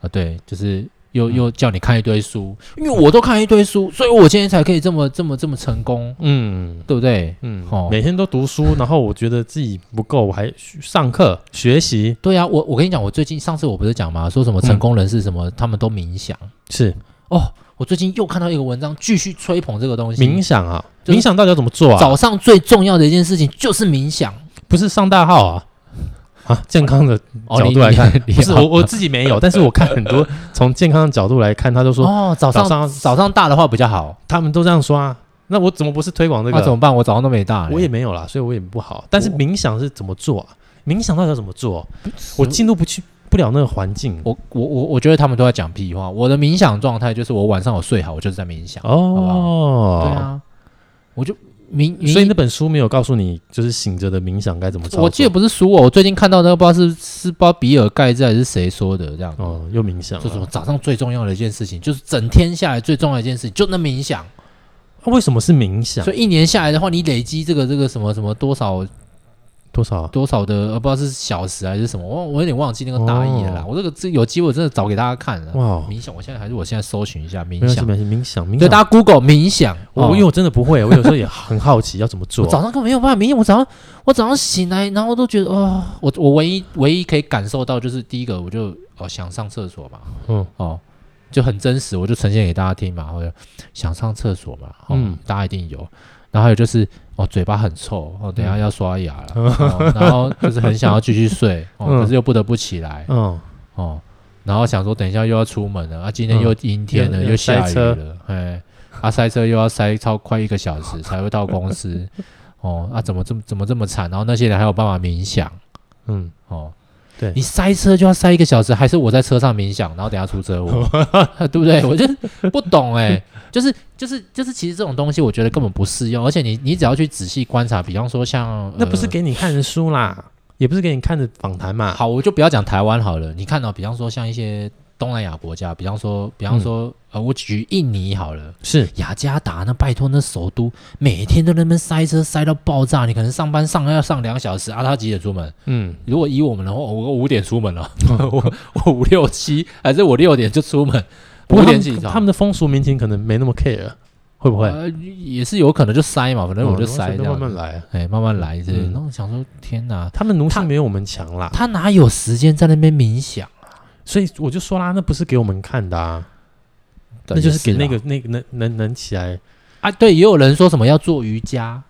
S1: 啊，对，就是
S2: 嗯
S1: 又又叫你看一堆书，因为我都看一堆书，所以我今天才可以这么这么这么成功，
S2: 嗯
S1: 对不对？
S2: 嗯
S1: 哦，
S2: 每天都读书，然后我觉得自己不够，我还上课学习，
S1: 对啊，我我跟你讲，我最近上次我不是讲嘛，说什
S2: 嗯
S1: 么成功人士什么，他们都冥想
S2: 是
S1: 哦。我最近又看到一个文章，继续吹捧这个东西。
S2: 冥想啊，
S1: 就是
S2: 冥想到底要怎么做啊？
S1: 早上最重要的一件事情就是冥想。
S2: 不是上大号啊，啊，健康的
S1: 哦，
S2: 角
S1: 你
S2: 度来看，
S1: 你
S2: 不是我我自己没 有，但是我看很多从健康的角度来看，他就说
S1: 哦，早
S2: 早
S1: 上
S2: 上
S1: 早上大的话比较好。
S2: 他们都这样说啊，那我怎么不是推广这
S1: 那、
S2: 个？
S1: 怎么办？我早上都没大嘞。
S2: 我也没有啦，所以我也不好。但是
S1: 我
S2: 冥想是怎么做啊？冥想到底要怎么做？我进入不去不了那个环境。
S1: 我我我我觉得他们都在讲屁话。我的冥想状态就是我晚上我睡好，我就是在冥想。好不
S2: 哦，
S1: 对，啊，我就冥冥
S2: 所以那本书没有告诉你，就是醒着的冥想该怎么操作。
S1: 我记得不是书哦，我最近看到那个不知道是是不知道比尔盖茨还是谁说的这样，
S2: 哦，又冥想
S1: 就什么
S2: 了。
S1: 早上最重要的一件事情，就是整天下来最重要的一件事情就能冥想，
S2: 啊为什么是冥想
S1: 所？以一年下来的话，你累积这个这个什么什么多少
S2: 多少啊？
S1: 多少的，呃不知道是小时还是什么，我我有点忘记那个大意了啦。
S2: 哦
S1: 我这个这有机会我真的找给大家看了。
S2: 哇哦，
S1: 冥想，我现在还是我现在搜寻一下啊冥
S2: 没关系，
S1: 想
S2: 没，关系，冥想，冥
S1: 对
S2: 想。
S1: 大家 Google 冥想，
S2: 我
S1: 哦
S2: 因为我真的不会，我有时候也很好奇要怎么
S1: 我
S2: 做。
S1: 早上根本没有办法冥想，我早上我早上醒来，然后都觉得哦，我我唯一唯一可以感受到就是第一个，我就哦想上厕所嘛，
S2: 嗯
S1: 哦就很真实，我就呈现给大家听嘛，或者想上厕所嘛，哦、
S2: 嗯
S1: 大家一定有。然后还有就是哦嘴巴很臭，哦等一下
S2: 嗯
S1: 要刷牙了、哦，然后就是很想要继续睡，哦、
S2: 嗯
S1: 可是又不得不起来，
S2: 嗯，
S1: 哦，然后想说等一下又要出门了，啊，今天又阴天了，
S2: 嗯又
S1: 又
S2: 又
S1: 下
S2: 塞
S1: 雨
S2: 车
S1: 了，哎，啊，塞车又要塞超快一个小 时才会到公司，哦，啊，怎么这么怎么这么惨？然后那些人还有办法冥想，
S2: 嗯，
S1: 哦，
S2: 对
S1: 你塞车就要塞一个小时，还是我在车上冥想，然后等一下出车 祸，对不对？我就不懂哎、就是就是就是，其实这种东西我觉得根本不适用，而且你你只要去仔细观察，比方说像
S2: 那不是
S1: 呃
S2: 给你看的书啦，呃也不是给你看的访谈嘛。
S1: 好，我就不要讲台湾好了。你看到、哦比方说像一些东南亚国家，比方说，比方说，呃，我举印尼好了，
S2: 是，
S1: 雅加达那拜托那首都，每天都在那边塞车塞到爆炸，你可能上班上要上两小时，啊，他几点出门？
S2: 嗯，
S1: 如果以我们的话，我我五点出门 了，我我五六七，还是我六点就出门，五
S2: 不过他
S1: 点起
S2: 们
S1: 床，
S2: 他们的风俗民情可能没那么 care，会不会？
S1: 呃也是有可能就塞嘛，反
S2: 哦
S1: 正我就塞这
S2: 慢
S1: 样，
S2: 慢来。
S1: 哎，慢慢来这，
S2: 嗯
S1: 然后想说，天哪，
S2: 他们奴性没有我们强啦，
S1: 他哪有时间在那边冥想？
S2: 所以我就说啦，那不是给我们看的啊，那就是啊给那个那个能能能起来
S1: 啊，对，也有人说什么要做瑜伽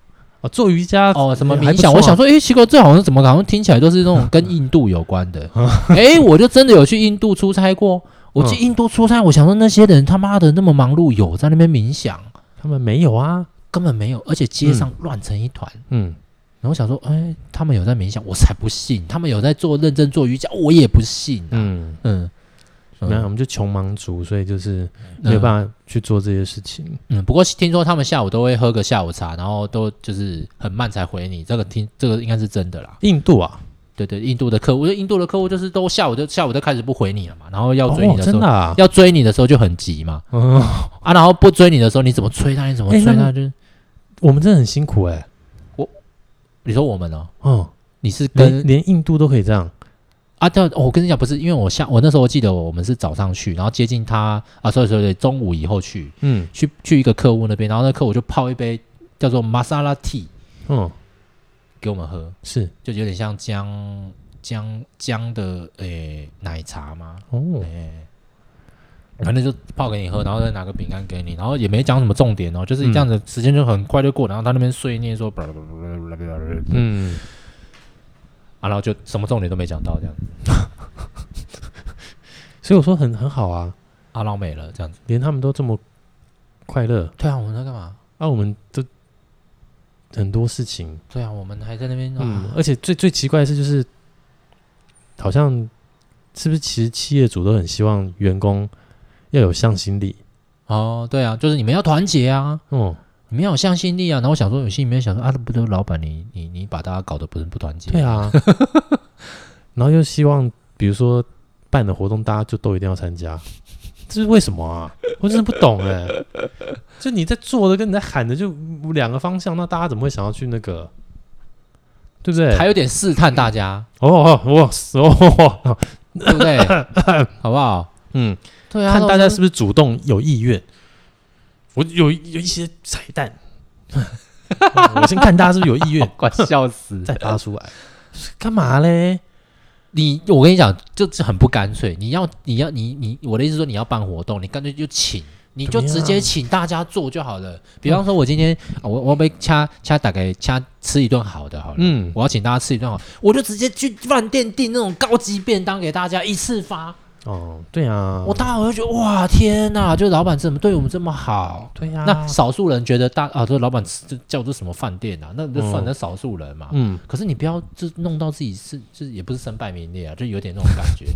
S2: 哦，做瑜伽
S1: 哦，什么
S2: 还
S1: 冥
S2: 不
S1: 想。
S2: 错
S1: 我
S2: 啊
S1: 想说，诶，奇怪，这好像怎么好像听起来都是那种跟印度有关 的。诶，我就真的有去印度
S2: 嗯
S1: 出差过。我去印度出差，我想说那些人他妈的那么忙碌，有在那边冥想？
S2: 他们没有啊，
S1: 根本没有，而且街上乱成一团。
S2: 嗯，
S1: 然后想说，哎、他们有在冥想，我才不信；他们有在做认真做瑜伽，我也不信、啊。
S2: 嗯，
S1: 嗯，
S2: 没有，我们就穷忙族，所以就是没有办法去做这些事情。
S1: 嗯，不过听说他们下午都会喝个下午茶，然后都就是很慢才回你。这个听这个应该是真的啦。
S2: 印度啊，
S1: 对对，印度的客户，印度的客户就是都下午就下午就开始不回你了嘛，然后要追你
S2: 哦
S1: 的时
S2: 真
S1: 候，
S2: 的啊，
S1: 要追你的时候就很急嘛
S2: 嗯，
S1: 啊，然后不追你的时候你怎么催他，你怎么
S2: 哎
S1: 催
S2: 那
S1: 他？就是
S2: 我们真的很辛苦哎，
S1: 你说我们哦，
S2: 哦，
S1: 你是
S2: 连
S1: 跟
S2: 连印度都可以这样，
S1: 啊，对、哦我跟你讲，不是因为我下我那时候记得我们是早上去，然后接近他啊，所以所以中午以后去
S2: 嗯
S1: 去去一个客户那边，然后那客户就泡一杯叫做 masala tea
S2: 嗯，
S1: 给我们喝，
S2: 是
S1: 就有点像姜姜姜的诶、奶茶嘛，
S2: 哦，
S1: 反正就泡给你喝，然后再拿个饼干给你，然后也没讲什么重点哦，就是这样子，时间就很快就过，然后他那边碎念说，嗯，
S2: 嗯，
S1: 啊，然后就什么重点都没讲到这样子，
S2: 所以我说很很好啊，
S1: 阿老美了这样子，
S2: 连他们都这么快乐，
S1: 对啊，我们在干嘛？
S2: 啊，我们都很多事情，
S1: 对啊，我们还在那边，啊，
S2: 嗯而且最最奇怪的是，就是好像是不是其实企业主都很希望员工要有向心力，
S1: 哦，对啊，就是你们要团结啊，
S2: 哦，
S1: 你们要有向心力啊，然后我想说，有心里面想说啊，不对，老板你你你把大家搞得不是不团结，
S2: 对啊， 然后又希望比如说办的活动大家就都一定要参加， 这是为什么啊？我真的不懂哎、就你在做的跟你在喊的就两个方向，那大家怎么会想要去那个？对不对？
S1: 还有点试探大家，
S2: 哦哦哦哦哦，
S1: 对不 对？好不 好？
S2: 嗯，
S1: 对啊，
S2: 看大
S1: 那
S2: 家
S1: 我
S2: 是不是主动有意愿。我有有一些彩 蛋，我先看大家是不是有意愿，
S1: 哦快笑 死，
S2: 再发出来。干嘛嘞？
S1: 你我跟你讲，就是很不干脆。你要你要你你，我的意思是说，你要办活动，你干脆就请，你就
S2: 怎么样
S1: 直接请大家做就好了。比方说，我今天、啊我我要被掐掐打给掐吃一顿好的好了。
S2: 嗯，
S1: 我要请大家吃一顿好，我就直接去饭店订那种高级便当给大家一次发，
S2: 哦，对啊，
S1: 我大家我就觉得哇天哪，就是老板怎么对我们这么好？
S2: 对呀、
S1: 那少数人觉得大啊，这老板这叫这什么饭店啊？那就算
S2: 嗯
S1: 那少数人嘛，
S2: 嗯，
S1: 可是你不要就弄到自己是就是也不是身败名裂啊，就有点那种感 觉。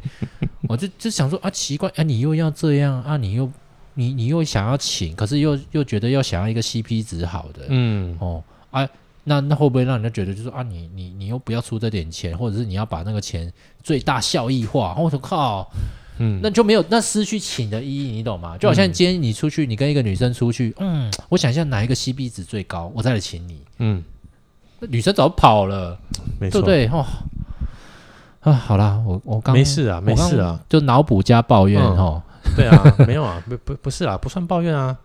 S1: 我就就想说啊，奇怪啊，你又要这样啊，你又你你又想要请，可是又又觉得要想要一个 CP 值好的，
S2: 嗯，
S1: 哦啊，那那会不会让人家觉得就是啊，你你你又不要出这点钱，或者是你要把那个钱最大效益化？哦我说靠，
S2: 嗯，
S1: 那就没有那失去请的意义，你懂吗？就好像今天你出去，你跟一个女生出去，嗯，我想一下哪一个 CP 值最高，我再来请你。
S2: 嗯，
S1: 那女生早跑了。
S2: 没
S1: 对
S2: 错，
S1: 不对？哦，啊，好啦，我我刚
S2: 没，事啊，
S1: 我
S2: 没
S1: 刚
S2: 事啊，，
S1: 就脑补加抱怨
S2: 嗯
S1: 哦。
S2: 对 啊，没有啊，不不不是啊，不算抱怨啊，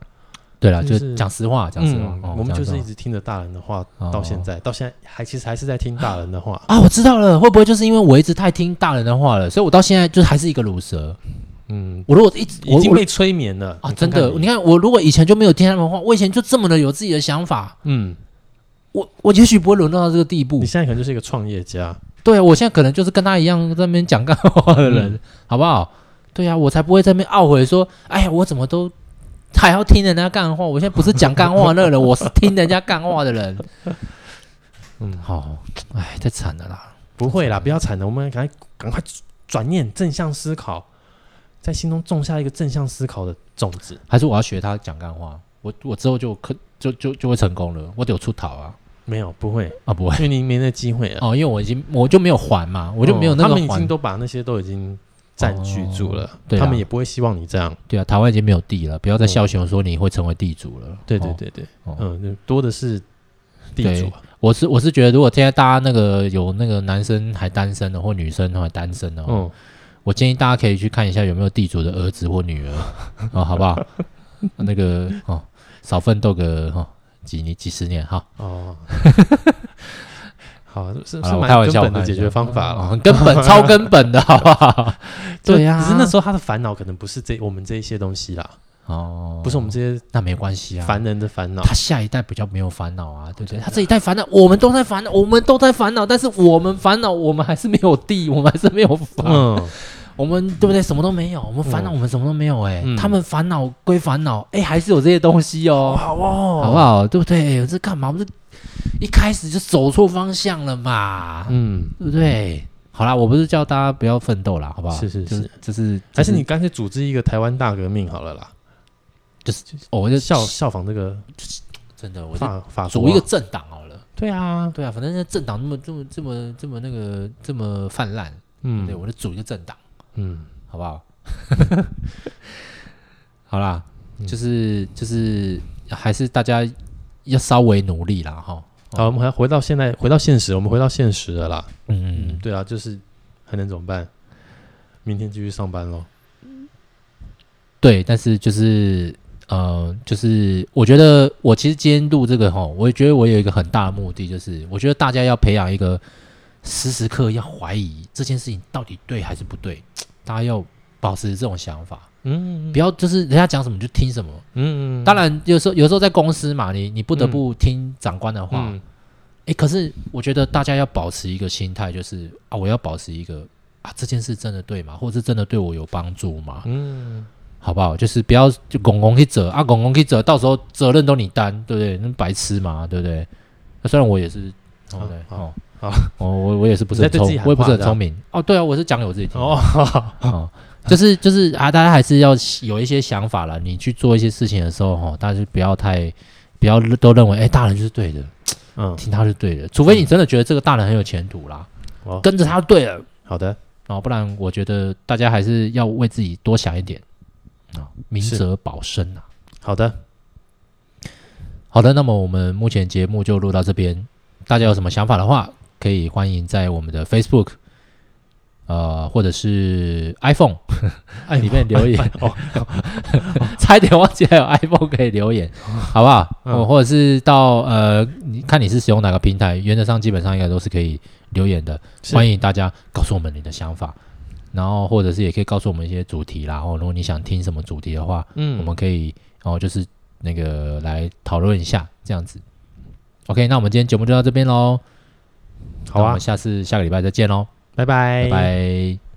S1: 对啦，
S2: 就
S1: 就是讲实话，讲实话
S2: 嗯，
S1: 哦
S2: 我们
S1: 讲
S2: 就
S1: 实
S2: 是一
S1: 话
S2: 直听着大人的话，
S1: 哦
S2: 到现在，到现在还其实还是在听大人的话，
S1: 啊，我知道了，会不会就是因为我一直太听大人的话了，所以我到现在就是还是一个乳蛇？
S2: 嗯，
S1: 我如果一直
S2: 已
S1: 我
S2: 经
S1: 我
S2: 被催眠了
S1: 啊，
S2: 你
S1: 真
S2: 看
S1: 的，
S2: 看
S1: 你
S2: 你，
S1: 看我如果以前就没有听他们的话，我以前就这么的有自己的想法，
S2: 嗯，
S1: 我我也许不会沦落到这个地步
S2: 你。现在可能就是一个创业家，
S1: 对啊，我现在可能就是跟他一样在那边讲干话的人，好不好？对啊，我才不会在那边懊悔说，哎呀，我怎么都还要听人家干话？我现在不是讲干话的人，我是听人家干话的人。
S2: 嗯
S1: 好，哎，太惨了啦。
S2: 不会啦，不要惨的，我们赶快赶快转念正向思考，在心中种下一个正向思考的种子。
S1: 还是我要学他讲干话，我我之后就可就就就会成功了，我得有出逃啊
S2: 没有，不会，
S1: 啊不会
S2: 因为你没那机会了，哦
S1: 哦，因为我已经我就没有还嘛，我就没有那
S2: 他
S1: 个
S2: 们已
S1: 还
S2: 经。都把那哦些都已经占据住了，
S1: 对啊
S2: 他们也不会希望你这样。
S1: 对啊，台湾已经没有地了，不要再笑熊说你会成为地主了。
S2: 对对
S1: 哦
S2: 对对，
S1: 哦
S2: 嗯，就多的是地主啊，
S1: 我是我是觉得，如果现在大家那个有那个男生还单身哦的，或女生还单身的，
S2: 嗯，
S1: 我建议大家可以去看一下有没有地主的儿子或女儿， 哦，好不好？那个哦，少奋斗个哦几年几十年哈，
S2: 哦， 好，是
S1: 好
S2: 是
S1: 啦我开
S2: 蛮
S1: 玩
S2: 根
S1: 笑，我开
S2: 本的
S1: 玩
S2: 解
S1: 笑
S2: 决方法了。啊
S1: 哦，很根本超根本的，好不 好？
S2: 就
S1: 对呀
S2: 只是那时候他的烦恼可能不是这我们这一些东西啦，
S1: 哦，
S2: 不是我们这些
S1: 那没关系啊，
S2: 凡人的烦恼。
S1: 他下一代比较没有烦恼啊，对不对？他这一代烦恼，我们都在烦恼，我们都在烦恼，但是我们烦恼，我们还是没有地，我们还是没有房。
S2: 嗯，
S1: 我们对不对？什么都没有，我们烦恼，
S2: 嗯
S1: 我们什么都没有、哎、
S2: 嗯
S1: 他们烦恼归烦恼，哎、还是有这些东西哦，
S2: 好哦，
S1: 好不好？对不对？这干嘛？我们这一开始就走错方向了嘛，
S2: 嗯，
S1: 对不对？好啦，我不是叫大家不要奋斗啦，好不好？
S2: 是是，
S1: 就是就是，
S2: 还是你干脆组织一个台湾大革命好了啦，
S1: 哦，我就
S2: 效效仿这个
S1: 真的，我就
S2: 法法国啊
S1: 组一个政党好了。
S2: 对啊，
S1: 对啊，反正那政党那么这么这么这么那个这么泛滥，
S2: 嗯
S1: 对，我就组一个政党，
S2: 嗯，
S1: 好不 好？好啦，
S2: 嗯
S1: 就是就是还是大家要稍微努力啦，哈。
S2: 好，我们还回到现在，回到现实，我们回到现实了啦，
S1: 嗯
S2: 嗯，，对啊，就是还能怎么办？明天继续上班喽，
S1: 对，但是就是呃，就是我觉得我其实今天录这个哈，我也觉得我有一个很大的目的，就是我觉得大家要培养一个时时刻要怀疑这件事情到底对还是不对，大家要保持这种想法，
S2: 嗯，
S1: 不要就是人家讲什么就听什么。
S2: 嗯，嗯
S1: 当，然，有时候有时候在公司嘛，你你不得不听长官的话。
S2: 嗯
S1: 诶，可是我觉得大家要保持一个心态，就是啊，我要保持一个啊，这件事真的对吗？或者是真的对我有帮助吗？
S2: 嗯，
S1: 好不好？就是不要就拱拱去责啊，拱拱去责，到时候责任都你担，对不对？那白痴嘛，对不对？那虽然我也是，哦
S2: 好
S1: 对，
S2: 好
S1: 哦，
S2: 好
S1: 哦，我我也是不是
S2: 你
S1: 很
S2: 在对
S1: 聪
S2: 自己，喊
S1: 我也不是
S2: 话
S1: 很
S2: 的啊
S1: 聪明哦，对啊，我是讲给我自己听的
S2: 哦，
S1: 哦，就是就是啊，大家还是要有一些想法了。你去做一些事情的时候，哈，大家就不要太不要都认为，哎、大人就是对的，
S2: 嗯，
S1: 听他是对的，除非你真的觉得这个大人很有前途啦，
S2: 哦
S1: 跟着他就对了。
S2: 好的，
S1: 哦，不然我觉得大家还是要为自己多想一点啊、明
S2: 是
S1: 哲保身啊。
S2: 好的，
S1: 好的，那么我们目前节目就录到这边。大家有什么想法的话，可以欢迎在我们的 Facebook，呃，或者是 iPhone
S2: 哎
S1: 里面留言。
S2: 哦，
S1: 差一点忘记还有 iPhone 可以留言，好不好？
S2: 嗯
S1: 哦，或者是到呃，你看你是使用哪个平台，原则上基本上应该都是可以留言的。
S2: 是
S1: 欢迎大家告诉我们你的想法，然后或者是也可以告诉我们一些主题啦。哦，如果你想听什么主题的话，
S2: 嗯，
S1: 我们可以哦，就是那个来讨论一下这样子。OK，那我们今天节目就到这边喽。
S2: 好
S1: 那我
S2: 啊哎
S1: 们，下次下个礼拜再见喽，
S2: 拜拜，
S1: 拜拜